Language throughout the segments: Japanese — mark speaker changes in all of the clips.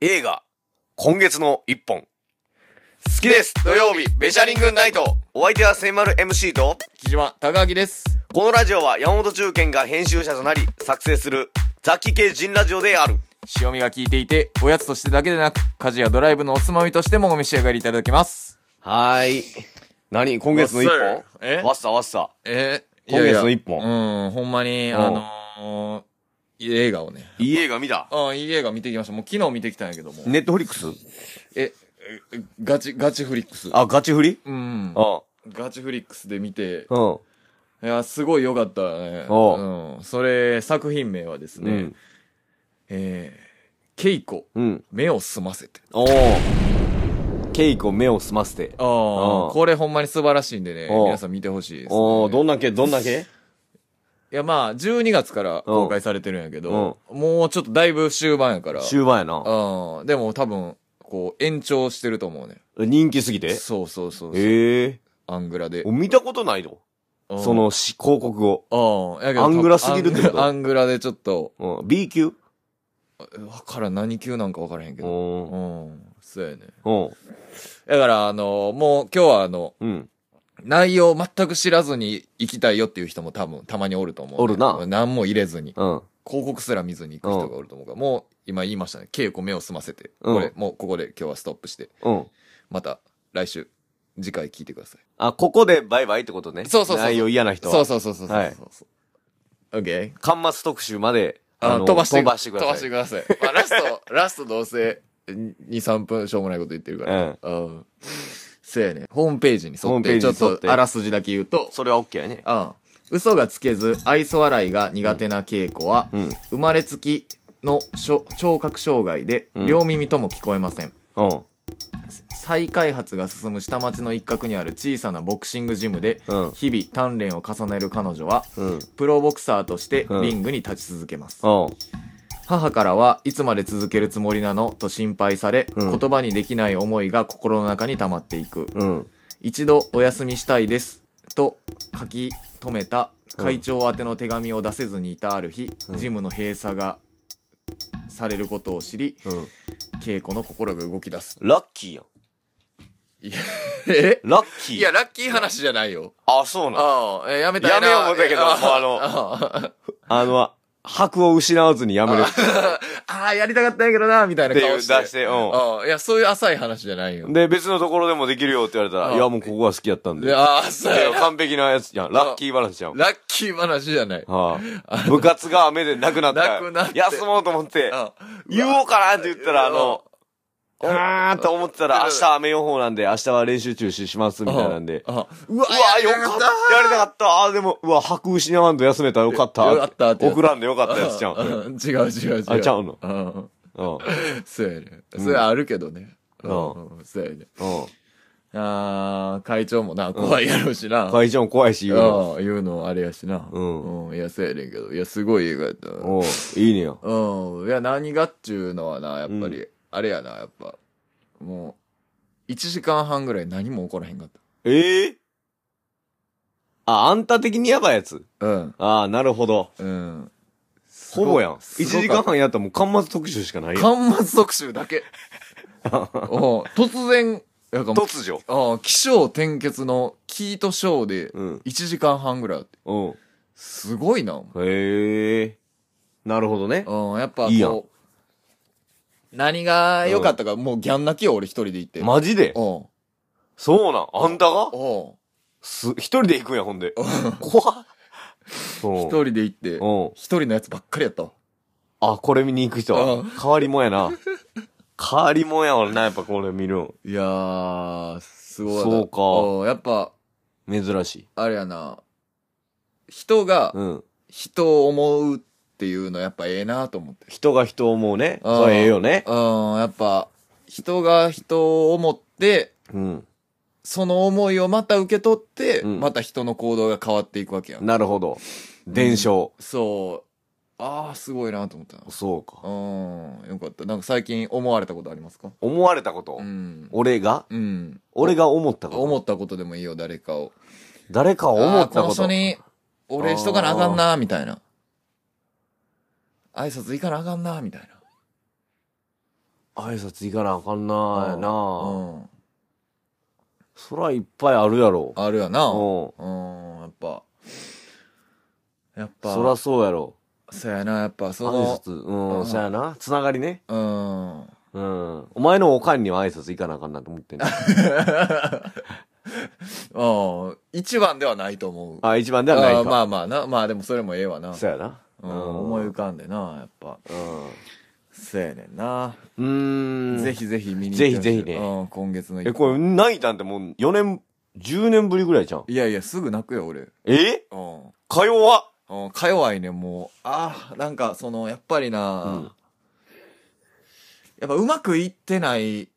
Speaker 1: 映画、今月の一本。好きです土曜日、ベシャリングナイトお相手は千丸 MC と、
Speaker 2: 木島高明です。
Speaker 1: このラジオは山本中堅が編集者となり、作成する、雑記系人ラジオである。
Speaker 2: 塩味が効いていて、おやつとしてだけでなく、家事やドライブのおつまみとしてもお召し上がりいただけます。
Speaker 1: はーい。何今月の一
Speaker 2: わっ
Speaker 1: 本
Speaker 2: さえ
Speaker 1: わっさわっさ。
Speaker 2: えー、
Speaker 1: 今月の一
Speaker 2: 本。
Speaker 1: 本。
Speaker 2: うん、ほんまに、
Speaker 1: うん
Speaker 2: あのー、いい映画をね。
Speaker 1: いい映画見た。
Speaker 2: ああ、いい映画見てきました。もう昨日見てきたんやけども。
Speaker 1: ネットフリックス
Speaker 2: え、えガチ、ガチフリックス。
Speaker 1: あ、ガチフリ
Speaker 2: う
Speaker 1: うん。
Speaker 2: ん。ガチフリックスで見て、
Speaker 1: うん。
Speaker 2: いや、すごい良かったね。
Speaker 1: お
Speaker 2: うん。それ、作品名はです
Speaker 1: う
Speaker 2: ね、
Speaker 1: ん。
Speaker 2: えー、ケイコ、
Speaker 1: うん。
Speaker 2: 目を澄ませて。
Speaker 1: おー。ケイコ目を澄ませて。
Speaker 2: ああ
Speaker 1: うん、
Speaker 2: これほんまに素晴らしいんでね、
Speaker 1: お
Speaker 2: 皆さん見てほしいです、ね。
Speaker 1: おー、どんな系どんな系
Speaker 2: いやまあ、12月から公開されてるんやけど、もうちょっとだいぶ終盤やから、
Speaker 1: 終盤やな。
Speaker 2: うん、でも多分、こう、延長してると思うね。
Speaker 1: 人気すぎて
Speaker 2: そうそうそうそう、
Speaker 1: ええ
Speaker 2: アングラで
Speaker 1: ー。。見たことないの
Speaker 2: うん
Speaker 1: そ、のし広告を。
Speaker 2: うんやけど
Speaker 1: アングラすぎるってこと
Speaker 2: アンアングラでちょっと、
Speaker 1: うん。B 級
Speaker 2: わからん、何級なんかわからへんけ
Speaker 1: う。
Speaker 2: ど。うんん、そうやね。
Speaker 1: うん。
Speaker 2: だから、あの、もう今日はあの、
Speaker 1: うん。
Speaker 2: 内容全く知らずに行きたいよっていう人も多分、たまにおると思う、
Speaker 1: おるな
Speaker 2: 何も入れずに。
Speaker 1: うん。
Speaker 2: 広告すら見ずに行く人がおると思うから、もう今言いましたね。稽古目を済ませて。
Speaker 1: うん
Speaker 2: これ、もうここで今日はストップして、
Speaker 1: うん。
Speaker 2: また来週、次回聞いてください。
Speaker 1: あ、ここでバイバイってことね。
Speaker 2: そうそうそう
Speaker 1: 内容嫌な人は。
Speaker 2: そうそうそうそうそう
Speaker 1: はい
Speaker 2: そうそう。OK?
Speaker 1: 巻末特集まで、
Speaker 2: あ
Speaker 1: の
Speaker 2: 飛ばして
Speaker 1: 飛ばしてください。
Speaker 2: 飛ばしてください。まあ、ラスト、 ラストどうせ、2、3分しょうもないこと言ってるから。うん。せやね。ホームページに沿
Speaker 1: ホー
Speaker 2: っ
Speaker 1: ムペー
Speaker 2: て、
Speaker 1: ジ
Speaker 2: ち
Speaker 1: に沿
Speaker 2: ょ
Speaker 1: っ
Speaker 2: ってとあらすじだけ言うと、
Speaker 1: それは OK やね。
Speaker 2: うん。嘘がつけず、愛想笑いが苦手な稽古は、
Speaker 1: うん。
Speaker 2: 生まれつきのしょ聴覚障害で
Speaker 1: うん
Speaker 2: 両耳とも聞こえません、
Speaker 1: うん。
Speaker 2: 再開発が進む下町の一角にある小さなボクシングジムで
Speaker 1: うん
Speaker 2: 日々鍛錬を重ねる彼女は
Speaker 1: うん。
Speaker 2: プロボクサーとして
Speaker 1: うん
Speaker 2: リングに立ち続けます、
Speaker 1: うん。
Speaker 2: 母からはいつまで続けるつもりなのと心配され、
Speaker 1: うん
Speaker 2: 言葉にできない思いが心の中に溜まっていく
Speaker 1: うん。
Speaker 2: 一度お休みしたいですと書き留めた会長宛ての手紙を出せずにいたある日、
Speaker 1: うん
Speaker 2: ジムの閉鎖がされることを知り
Speaker 1: うん。
Speaker 2: 稽古の心が動き出す
Speaker 1: ラッキーやん。
Speaker 2: え
Speaker 1: ラッキー。
Speaker 2: いや、ラッキー話じゃないよ
Speaker 1: あ、そうなん。
Speaker 2: ああえやめたいな
Speaker 1: やめよう思ったけど
Speaker 2: え
Speaker 1: もうあの
Speaker 2: あ
Speaker 1: あの、白を失わずにやめるって
Speaker 2: ああやりたかったんやけどなみたいな
Speaker 1: いう
Speaker 2: 顔
Speaker 1: 出
Speaker 2: して
Speaker 1: して、う
Speaker 2: ああいやそういう浅い話じゃないよ
Speaker 1: ん。で、別のところでもできるよって言われた
Speaker 2: う
Speaker 1: ら、
Speaker 2: ん
Speaker 1: いや、もうここが好きやったん
Speaker 2: い
Speaker 1: で。
Speaker 2: やあそう
Speaker 1: いや
Speaker 2: や
Speaker 1: 完璧なやつじゃん。ラッキーバランスじゃん。
Speaker 2: ラッキー話じゃない
Speaker 1: はあ、部活が雨でなくなった。
Speaker 2: なくなって
Speaker 1: 休もうと思って、言おうかなって言ったら、あの、
Speaker 2: うん
Speaker 1: あーって思ってたら、明日雨予報なんで、明日は練習中止しますみたいなんで。
Speaker 2: ああうわ
Speaker 1: うわー、よかった。やれなかった。あー、でも、うわ、白失わんと休めたらよかった。
Speaker 2: よかったって
Speaker 1: 送らんでよかったやつじゃん。うん。
Speaker 2: うん違う違う違う。
Speaker 1: あちゃうの
Speaker 2: うん。
Speaker 1: うん。
Speaker 2: そうやね。それはあるけどね。
Speaker 1: う
Speaker 2: うんん。そうやね。
Speaker 1: うん。
Speaker 2: あー会長もな、怖いやろうしな。
Speaker 1: 会長も怖いし、
Speaker 2: い
Speaker 1: 言うの。
Speaker 2: 言うのあれやしな。
Speaker 1: うん
Speaker 2: うん。いや、そうやねんけど。いや、すごい映画やったな。
Speaker 1: おういいねよ。
Speaker 2: うん。いや、何がっちゅうのはな、やっぱ
Speaker 1: う
Speaker 2: り、あれやな、やっぱ。もう、1時間半ぐらい何も起こらへんかっ
Speaker 1: ええあ、あんた的にやばいやつ。
Speaker 2: た。うん。
Speaker 1: ああ、なるほど。
Speaker 2: うん。す
Speaker 1: ほ
Speaker 2: ご
Speaker 1: ぼやん。1
Speaker 2: すごかっ
Speaker 1: 時
Speaker 2: た
Speaker 1: 間半やったらもう、端末特集しかないやん。
Speaker 2: 端末特集だけ。 お突然、やかもう
Speaker 1: 突如。
Speaker 2: ああ、気象転結のキートショーで
Speaker 1: うん。
Speaker 2: 1時間半ぐらいあって。
Speaker 1: うん。
Speaker 2: すごいな、お
Speaker 1: へえ。なるほどね。
Speaker 2: 前うん、やっぱこう、
Speaker 1: いいやん
Speaker 2: 何が良かったか、もうギャン泣きよ、俺一人で行って。
Speaker 1: マジで
Speaker 2: うん。お
Speaker 1: そうなん。あんたが
Speaker 2: お
Speaker 1: す、一人で行くんや、ほんで。怖っ。一。
Speaker 2: 一人で行って、
Speaker 1: うん。
Speaker 2: 一人のやつばっかりやったわ。
Speaker 1: あ、これ見に行く人は
Speaker 2: うん。
Speaker 1: 変わりもんやな。変わりもんやわな、やっぱこれ見るん。
Speaker 2: いやー、すごいな。
Speaker 1: そうか
Speaker 2: うんやっぱ、
Speaker 1: 珍しい。
Speaker 2: あれやな。人が
Speaker 1: うん。
Speaker 2: 人を思うっていうのやっぱええなと思って。
Speaker 1: 人が人を思うね。
Speaker 2: うん
Speaker 1: それええよね。
Speaker 2: うん、やっぱ、人が人を思って、
Speaker 1: うん。
Speaker 2: その思いをまた受け取って、
Speaker 1: うん
Speaker 2: また人の行動が変わっていくわけやん。
Speaker 1: なるほど。伝承。
Speaker 2: そう。ああ、すごいなと思ったな。
Speaker 1: そうか。
Speaker 2: うん、よかった。なんか最近思われたことありますか
Speaker 1: 思われたこと。
Speaker 2: うん。
Speaker 1: 俺が
Speaker 2: うん。
Speaker 1: 俺が思ったこと。
Speaker 2: 思ったことでもいいよ、誰かを。
Speaker 1: 誰かを思ったこ。
Speaker 2: あーことの人に、お礼しとかなあかんな、みたいな。挨拶行かなあかんな、みたいな。
Speaker 1: 挨拶行かなあかんなあやなあ、
Speaker 2: うん。
Speaker 1: そらいっぱいあるやろ
Speaker 2: あるやな。
Speaker 1: うん
Speaker 2: うん、やっぱ。やっぱ。
Speaker 1: そらそうやろ
Speaker 2: そうやな、やっぱ、そ
Speaker 1: 挨
Speaker 2: の、
Speaker 1: 拶うん、
Speaker 2: うん
Speaker 1: そやなつながりね
Speaker 2: うん。
Speaker 1: うんお前のおかんには挨拶行かなあかんなと思ってん ねん
Speaker 2: うん。 一番ではないと思う。
Speaker 1: あ一番ではないか
Speaker 2: あーまあまあな、まあでもそれもええわな。
Speaker 1: そうやな
Speaker 2: うん、思い浮かんでな、やっぱ。
Speaker 1: うん
Speaker 2: そうやねんな。
Speaker 1: うん
Speaker 2: ぜひぜひ見に行ってほしい
Speaker 1: ぜひぜひね
Speaker 2: うん、今月の一
Speaker 1: えこれ泣いたんってもう4年10年ぶりぐらいじゃん
Speaker 2: いやいや、すぐ泣くよ、俺。
Speaker 1: え
Speaker 2: うん。
Speaker 1: かよわ
Speaker 2: うん、か弱いね、もう。ああ、なんか、その、やっぱりな、
Speaker 1: うん
Speaker 2: やっぱうまくいってない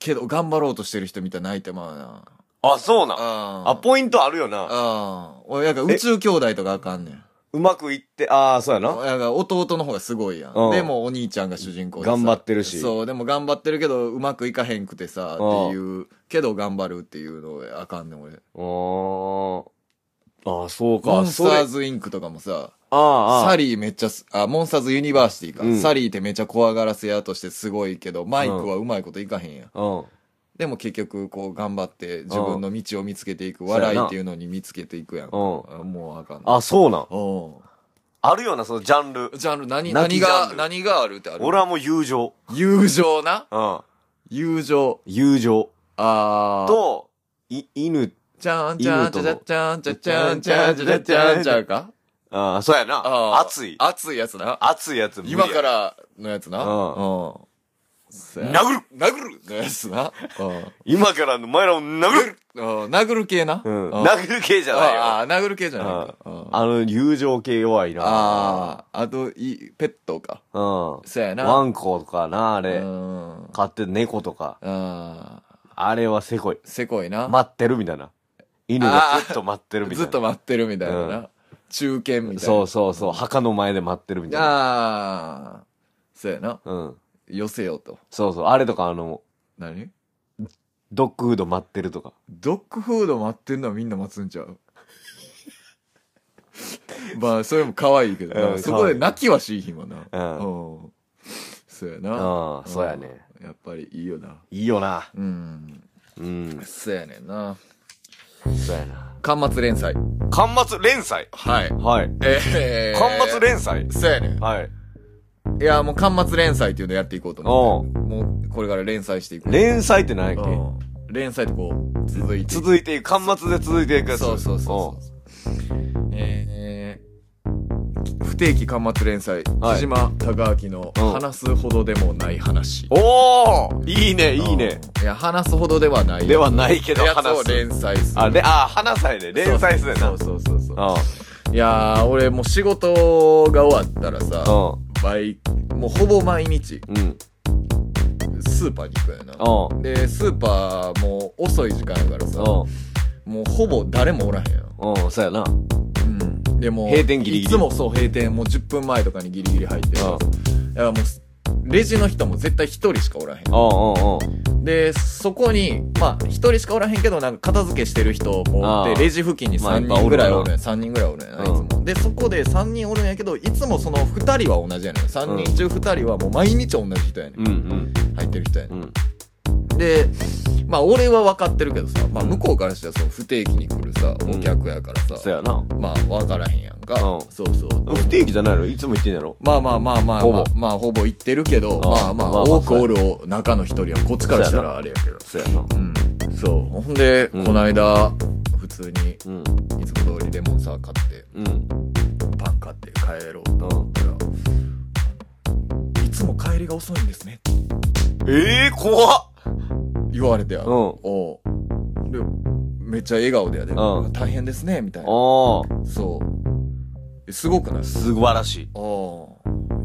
Speaker 2: けど、頑張ろうとしてる人みたいな泣いてまうな。
Speaker 1: あそうなん
Speaker 2: あ
Speaker 1: あポイントあるよな
Speaker 2: ああ、俺、なんか宇宙兄弟とかあかんねん。
Speaker 1: うまくいってああそうやな
Speaker 2: なんか弟の方がすごいやん。
Speaker 1: うん
Speaker 2: でもお兄ちゃんが主人公でさ
Speaker 1: 頑張ってるし
Speaker 2: そう、でも頑張ってるけど、うまくいかへんくてさ、
Speaker 1: うん
Speaker 2: っていう、けど頑張るっていうのあかんねん、俺。
Speaker 1: あああそうか
Speaker 2: モンスタ
Speaker 1: それ
Speaker 2: ーズインクとかもさ、
Speaker 1: あああ
Speaker 2: サ
Speaker 1: あ
Speaker 2: リーめっちゃす、あ、モンスターズユニバーシティか。
Speaker 1: うん
Speaker 2: サリーってめっちゃ怖がらせ屋としてすごいけど、マイクはうまいこといかへんやん。
Speaker 1: うん
Speaker 2: でも結局、こう頑張って自分の道を見つけてい
Speaker 1: そ
Speaker 2: く、
Speaker 1: うや
Speaker 2: 笑い
Speaker 1: な
Speaker 2: っていうのに見つけていくやん。あ
Speaker 1: うん
Speaker 2: もうあかんな。
Speaker 1: あそうなん
Speaker 2: うん
Speaker 1: あるよなそのジャンル
Speaker 2: ジャンル、何、
Speaker 1: 泣き
Speaker 2: 何
Speaker 1: ジャン
Speaker 2: が、
Speaker 1: ル
Speaker 2: 何があるってある
Speaker 1: 俺はもう友情
Speaker 2: 友情な
Speaker 1: うん
Speaker 2: 友情。
Speaker 1: 友情
Speaker 2: あー。
Speaker 1: とい犬
Speaker 2: ちゃんちゃんちゃちゃちゃんちゃちゃんちゃんちゃちゃちゃんちゃんか
Speaker 1: ああそうやな
Speaker 2: あー
Speaker 1: 熱い
Speaker 2: 熱いやつな。
Speaker 1: 熱いやつ無理や
Speaker 2: 今からのやつな。
Speaker 1: う
Speaker 2: うんん。
Speaker 1: 殴る
Speaker 2: 殴るのやつな。うん
Speaker 1: 今からのお前らを殴る
Speaker 2: うん殴る系な。
Speaker 1: うん
Speaker 2: うん
Speaker 1: 殴る系じゃないよ
Speaker 2: ああ、殴る系じゃないか。うん
Speaker 1: あの友情系弱いな
Speaker 2: ああ、あと、いペットか。
Speaker 1: うん
Speaker 2: そやな。
Speaker 1: ワ
Speaker 2: ン
Speaker 1: ンコとかなあれ
Speaker 2: うん。
Speaker 1: 飼ってる猫とか
Speaker 2: ああ、
Speaker 1: あれはせこい
Speaker 2: せこいな。
Speaker 1: 待ってるみたいな犬がずっと待ってるみたい
Speaker 2: ず
Speaker 1: な
Speaker 2: っと待ってるみたいな
Speaker 1: うん
Speaker 2: な。中堅みたいな。
Speaker 1: そうそうそう墓の前で待ってるみたいな
Speaker 2: ああ、そうやな。
Speaker 1: うん
Speaker 2: 寄せよと。
Speaker 1: そうそうあれとかあの
Speaker 2: 何
Speaker 1: ドッグフード待ってるとか
Speaker 2: ドッグフード待ってんのはみんな待つんちゃう まあ、それも可愛いけどな
Speaker 1: うん
Speaker 2: そこで泣きはしいひもな。
Speaker 1: うん
Speaker 2: うん。そうや
Speaker 1: う
Speaker 2: な。
Speaker 1: んそうやね
Speaker 2: うん。やっぱりいいよな。
Speaker 1: いいよな
Speaker 2: うん。
Speaker 1: うん
Speaker 2: そうやねんな。
Speaker 1: そうやな
Speaker 2: 巻末連載。
Speaker 1: 巻末連載
Speaker 2: はい。
Speaker 1: はい
Speaker 2: えー。
Speaker 1: 巻末連載
Speaker 2: そうやねん。
Speaker 1: はい
Speaker 2: いや、もう巻末連載っていうのやっていこうと思って。もう、これから連載していく。
Speaker 1: 連載って何やっけ
Speaker 2: うん連載ってこう、続いていく。
Speaker 1: 続いていく巻末で続いていくやつ
Speaker 2: そうそうそうそう。えー、不定期巻末連載、
Speaker 1: はい
Speaker 2: 木島隆明の
Speaker 1: うん
Speaker 2: 話すほどでもない話。
Speaker 1: うんおおいいねいいね
Speaker 2: うん。いや、話すほどではない。
Speaker 1: ではないけど
Speaker 2: やつを
Speaker 1: 話す
Speaker 2: 連載する。
Speaker 1: あであ花祭で連載するやな
Speaker 2: そうそうそうそう。
Speaker 1: あ
Speaker 2: いやー、俺もう仕事が終わったらさ、
Speaker 1: あ
Speaker 2: バイもうほぼ毎日、
Speaker 1: うん
Speaker 2: スーパーに行くんや
Speaker 1: ああ
Speaker 2: な。で、スーパーもう遅い時間やからさ、
Speaker 1: うん
Speaker 2: もうほぼ誰もおらへんやん。
Speaker 1: うんそうやな
Speaker 2: うん。でも、
Speaker 1: 閉店ギリギリ
Speaker 2: いつもそう、閉店、もう10分前とかにギリギリ入ってる。だからもう、レジの人も絶対1人しかおらへん。
Speaker 1: うんうんうん
Speaker 2: で、そこに、まあ、1人しかおらへんけど、なんか片付けしてる人もおっ
Speaker 1: ああ
Speaker 2: て、レジ付近に
Speaker 1: まあ
Speaker 2: 3人ぐらい
Speaker 1: やっぱ
Speaker 2: お
Speaker 1: おる
Speaker 2: るんや、3人ぐらいおるんやな、いつ
Speaker 1: うん
Speaker 2: も。で、そこで3人おるんやけど、いつもその2人は同じやねん。3人中2人はもう毎日同じ人やね
Speaker 1: うんうん
Speaker 2: ん。入ってる人やねん
Speaker 1: う。ん
Speaker 2: でまあ俺は分かってるけどさ、まあ、向こうからしたらその不定期に来るさ
Speaker 1: うん
Speaker 2: お客やからさ、
Speaker 1: そうやな
Speaker 2: まあ分からへんやんか、
Speaker 1: うん
Speaker 2: そうそう
Speaker 1: 不定期じゃないのいつも言ってんやろ
Speaker 2: まあまあまあまあ
Speaker 1: ほ
Speaker 2: ま
Speaker 1: ぼ
Speaker 2: あまあほぼ行ってるけど
Speaker 1: あ
Speaker 2: まあ
Speaker 1: ま
Speaker 2: ま
Speaker 1: あま
Speaker 2: あ
Speaker 1: あ
Speaker 2: 多くおる中の一人はこっちからしたらあれやけど
Speaker 1: そうやな
Speaker 2: うんそうほんで、
Speaker 1: うん
Speaker 2: こないだ普通にい
Speaker 1: うん
Speaker 2: つも通りレモンサワー買って
Speaker 1: うん
Speaker 2: パン買って帰ろうと
Speaker 1: うん
Speaker 2: 思ったら「いつも帰りが遅いんですね」って
Speaker 1: ええ怖っ
Speaker 2: 言われてや
Speaker 1: うん
Speaker 2: おうでめっちゃ笑顔でやで、
Speaker 1: うん
Speaker 2: 大変ですねみたいな
Speaker 1: あ
Speaker 2: そうえすごくな
Speaker 1: あ
Speaker 2: いあ
Speaker 1: 素晴らしい
Speaker 2: あ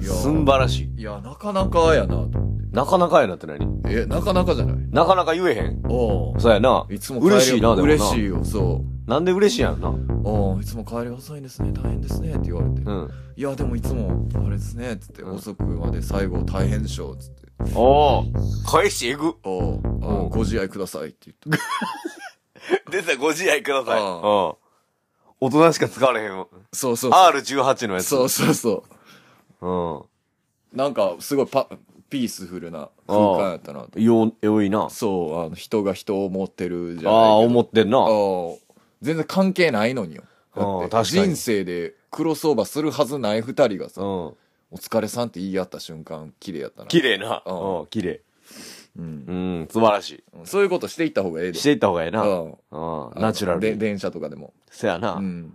Speaker 2: いや
Speaker 1: すんばらしい
Speaker 2: いやなかなかやなと
Speaker 1: なかなかやなって何
Speaker 2: えなかなかじゃない
Speaker 1: なかなか言えへん
Speaker 2: おう
Speaker 1: そうやない
Speaker 2: つも
Speaker 1: 嬉しいなでもな
Speaker 2: 嬉しいよそ
Speaker 1: なんで嬉しいんやろ
Speaker 2: うおういつも帰り遅いんですね大変ですねって言われて、
Speaker 1: ないうん
Speaker 2: やでもいつもあれですねっつって、
Speaker 1: うん
Speaker 2: 遅くまで最後大変でしょっつって
Speaker 1: おお返しえぐ
Speaker 2: おうあ
Speaker 1: うん
Speaker 2: ご自愛くださいって 言って
Speaker 1: 出たご自愛ください
Speaker 2: ああ
Speaker 1: うん大人しか使われへん
Speaker 2: そうそう
Speaker 1: R18 のやつ
Speaker 2: そうそうそう
Speaker 1: うん
Speaker 2: なんかすごいパピースフルな空間やったなと。
Speaker 1: よ、よいな。
Speaker 2: そう、あの、人が人を持ってるじ
Speaker 1: ああ、
Speaker 2: ゃないけど
Speaker 1: 思ってんな。
Speaker 2: ああ全然関係ないのによ。だ
Speaker 1: ああ
Speaker 2: って
Speaker 1: 確かに
Speaker 2: 人生でクロスオーバーするはずない二人がさ、
Speaker 1: うん。
Speaker 2: お疲れさんって言い合った瞬間、綺麗やったな。
Speaker 1: 綺麗な。
Speaker 2: うん
Speaker 1: うん、綺麗。
Speaker 2: うん。
Speaker 1: うん、素晴らし
Speaker 2: そういうことしていった方がええ
Speaker 1: い。
Speaker 2: で。
Speaker 1: していった方がええな。うん、
Speaker 2: うん
Speaker 1: ナチュラ
Speaker 2: で
Speaker 1: ルに。
Speaker 2: 電車とかでも。
Speaker 1: せやな
Speaker 2: う。ん。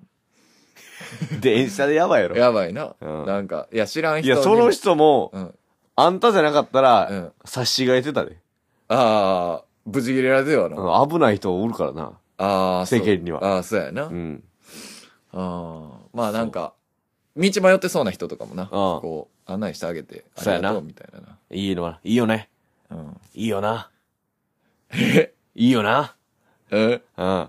Speaker 1: 電車でやばいやろ。
Speaker 2: やばいな。
Speaker 1: うん
Speaker 2: なんか、いや、知らん
Speaker 1: い
Speaker 2: 人に
Speaker 1: や、
Speaker 2: も
Speaker 1: その人も、
Speaker 2: うん。
Speaker 1: あんたじゃなかった
Speaker 2: う
Speaker 1: ら
Speaker 2: ん、
Speaker 1: 差し違えてたで。
Speaker 2: ああ、無事切れられてはな。あ
Speaker 1: うん危ない人おるからな。
Speaker 2: あ、そう
Speaker 1: 世間には
Speaker 2: ああ、そうやな。
Speaker 1: うん。
Speaker 2: ああ、まあなんか、道迷ってそうな人とかもな、こう、案内してあげて、あ
Speaker 1: そうや
Speaker 2: り
Speaker 1: な
Speaker 2: がとうみたいなな。
Speaker 1: いいのは、いいよね。
Speaker 2: うん。
Speaker 1: いいよな。
Speaker 2: え
Speaker 1: いいよな。
Speaker 2: え
Speaker 1: うん。